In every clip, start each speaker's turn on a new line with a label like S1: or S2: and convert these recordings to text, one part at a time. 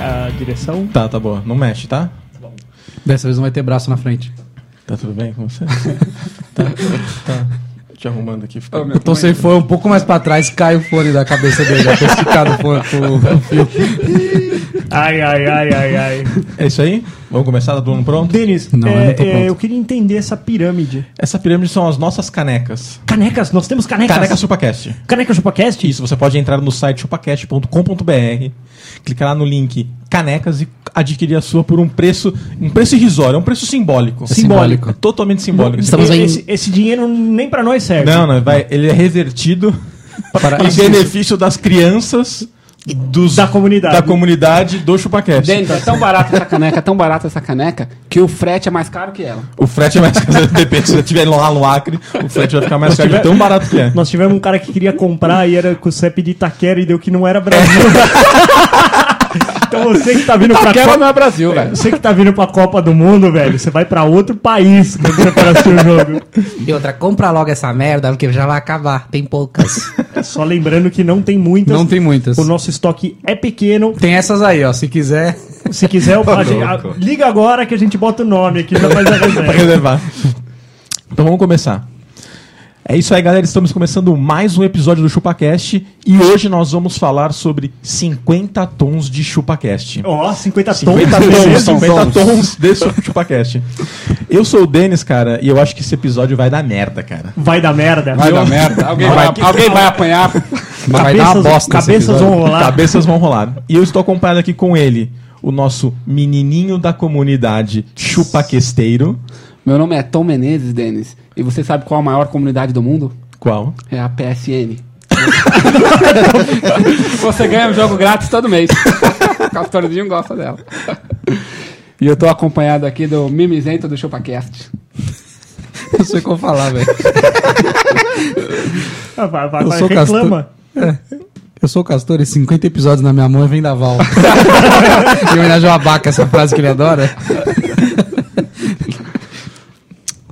S1: a, a direção?
S2: Tá, tá boa. Não mexe, tá?
S3: Dessa vez não vai ter braço na frente.
S2: Tá tudo bem com você? tá, tá. Te arrumando aqui. Fica...
S4: é
S3: Então se ele for um pouco mais pra trás, cai o fone da cabeça dele. Até esticado o fone pro fio.
S1: Ai, ai, ai, ai, ai.
S2: É isso aí? Vamos começar? Tá todo mundo pronto?
S1: Denis,
S3: Não,
S1: é,
S3: eu não tô
S1: é,
S3: pronto.
S1: eu queria entender essa pirâmide.
S2: Essa pirâmide são as nossas canecas.
S1: Canecas, nós temos canecas.
S2: Caneca Chupacast.
S1: Caneca Chupacast?
S2: Isso, você pode entrar no site chupacast.com.br, clicar lá no link canecas e adquirir a sua por um preço, um preço irrisório, é um preço simbólico.
S3: simbólico.
S2: É totalmente simbólico. Esse
S3: Estamos
S1: E-
S3: em-
S1: esse, esse dinheiro nem pra nós serve.
S2: Não, não, vai, ele é revertido
S3: Para-
S2: em benefício das crianças dos,
S1: Da comunidade.
S2: da comunidade do ChupaCast.
S4: Denis,
S3: tá
S4: é tão barata essa caneca, é tão barata essa caneca, que o frete é mais caro que ela.
S2: O frete é mais caro, depende, se você estiver lá no Acre, o frete vai ficar mais caro, de tão barato que é.
S1: Nós tivemos um cara que queria comprar e era com o CEP de Itaquera e deu que não era Brasil. então você que tá vindo pra
S4: Aquela
S1: Copa,
S4: não é Brasil, velho.
S1: você que tá vindo pra Copa do Mundo, velho, você vai pra outro país quando você for assistir o jogo.
S3: E outra, compra logo essa merda, porque já vai acabar. Tem poucas.
S1: É Só lembrando que não tem muitas.
S3: Não tem muitas.
S1: O nosso estoque é pequeno.
S3: Tem essas aí, ó. Se quiser.
S1: Se quiser, eu- a gente- a- liga agora que a gente bota o nome aqui já faz a
S2: pra
S1: reserva.
S2: reservar. Então vamos começar. É isso aí, galera. Estamos começando mais um episódio do ChupaCast e hoje nós vamos falar sobre 50 tons de ChupaCast.
S1: Ó, 50 tons. tá
S2: 50
S1: beleza?
S2: É um tons, 50 tons de chu- ChupaCast. Eu sou o Denis, cara, e eu acho que esse episódio vai dar merda, cara.
S1: Vai dar merda.
S4: Vai dar merda. Alguém vai, alguém vai apanhar.
S3: vai dar uma bosta esse
S1: Cabeças
S3: episódio.
S1: vão rolar.
S2: Cabeças vão rolar. E eu estou acompanhado aqui com ele, o nosso menininho da comunidade chupaquesteiro.
S4: Meu nome é Tom Menezes, Denis. E você sabe qual a maior comunidade do mundo?
S2: Qual?
S4: É a PSN. Você ganha um jogo grátis todo mês. Castorzinho gosta dela. E eu tô acompanhado aqui do Mimizento do ChupaCast.
S3: Não sei como falar, velho.
S1: Ah, Vai, vai,
S3: Eu
S1: vai,
S3: sou
S1: reclama.
S3: Eu sou o Castor e 50 episódios na minha mão e vem da Val. em homenagem ao Abaca, essa frase que ele adora.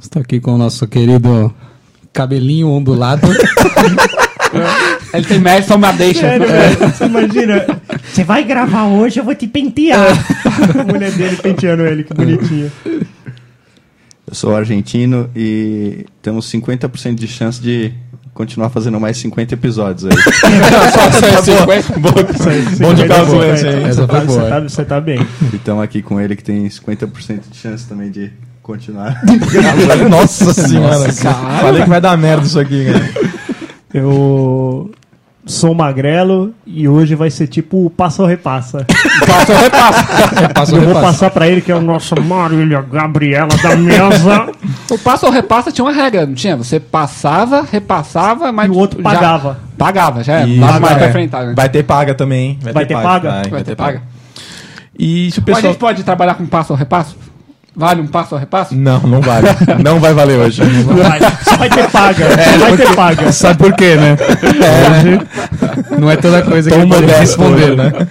S3: Estou aqui com o nosso querido cabelinho ondulado.
S4: Ele tem mérito, só uma deixa.
S1: Sério, velho, É, né? você imagina. Você vai gravar hoje, eu vou te pentear. A mulher dele penteando ele, que bonitinho.
S5: Eu sou argentino e temos 50% de chance de continuar fazendo mais 50 episódios aí.
S2: Bom de causa,
S1: Você
S2: esse aí.
S1: tá-
S3: Essa foi
S1: você
S3: boa.
S1: tá- Você tá bem.
S5: e estamos aqui com ele que tem 50% de chance também de continuar.
S2: Nossa senhora, cara.
S4: cara.
S2: Falei que vai dar merda isso aqui, cara.
S1: Eu sou magrelo e hoje vai ser tipo o passa ou repassa.
S4: Passa ou repassa.
S3: Repassou,
S1: Eu vou
S3: repassou.
S1: passar pra ele, que é o nosso Marília Gabriela da mesa.
S4: O passa ou repassa tinha uma regra, não tinha? Você passava, repassava, mas.
S1: E o outro
S4: já-
S1: pagava.
S4: Pagava, já era.
S2: Isso,
S4: Não dava mais
S2: é.
S4: pra enfrentar, né?
S2: Vai ter paga também, hein? Vai,
S1: ter paga?
S2: Vai,
S4: Vai ter paga.
S2: E se o
S4: Mas a
S2: pessoal.
S4: gente pode trabalhar com passo ou repasso? Vale um passo ou repasso?
S2: Não, não vale. não vai valer hoje.
S1: Vai, só vai ter paga. só vai ter paga.
S3: Sabe por quê, né? Não é toda coisa que
S2: Tão
S3: eu poderia
S2: modesto,
S3: responder, né?
S2: né?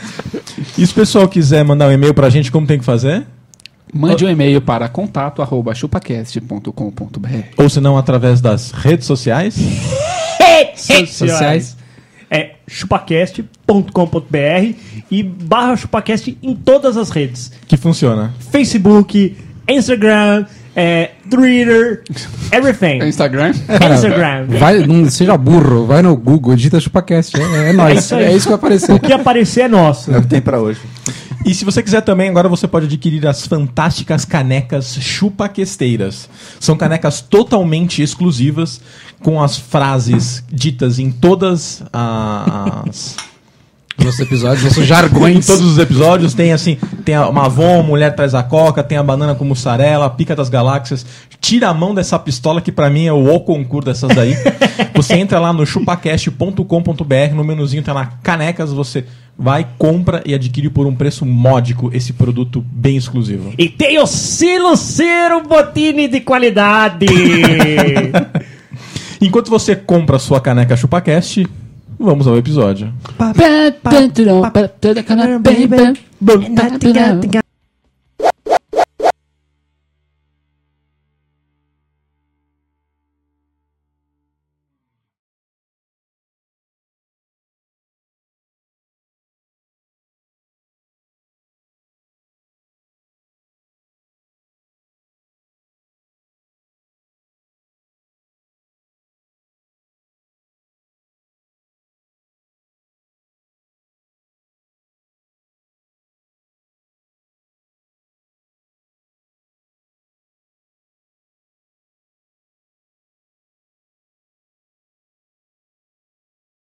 S2: E se o pessoal quiser mandar um e-mail pra gente, como tem que fazer?
S4: Mande um e-mail para contato arroba chupacast.com.br.
S2: Ou se não, através das redes sociais?
S3: Sociais.
S1: É chupacast.com.br e barra chupacast em todas as redes.
S2: Que funciona.
S1: Facebook, Instagram, é, Twitter,
S4: É
S1: everything.
S4: Instagram?
S1: Instagram.
S3: né? Vai, não seja burro, vai no Google, digita chupacast. É, é
S1: É
S3: nóis.
S1: isso
S3: É
S1: aí.
S3: isso, que vai aparecer.
S1: O que aparecer é nosso.
S5: É o que tem pra hoje.
S2: E se você quiser também, agora você pode adquirir as fantásticas canecas chupaquesteiras. São canecas totalmente exclusivas, com as frases ditas em todas as.
S3: Nossos episódios, nossos jargões.
S2: Em todos os episódios tem assim, tem a- uma Avon, mulher traz a coca, tem a banana com mussarela, pica das galáxias. Tira a mão dessa pistola que pra mim é o concurso dessas daí. você entra lá no chupacast.com.br, no menuzinho tá lá canecas, você vai, compra e adquire por um preço módico esse produto bem exclusivo.
S1: E tem o Silo Ciro Botini de qualidade.
S2: Enquanto você compra a sua caneca ChupaCast, vamos ao episódio.
S4: Bad, bad, bad, bad, bad, bad, bad, bad, bad, bad, bad, bad.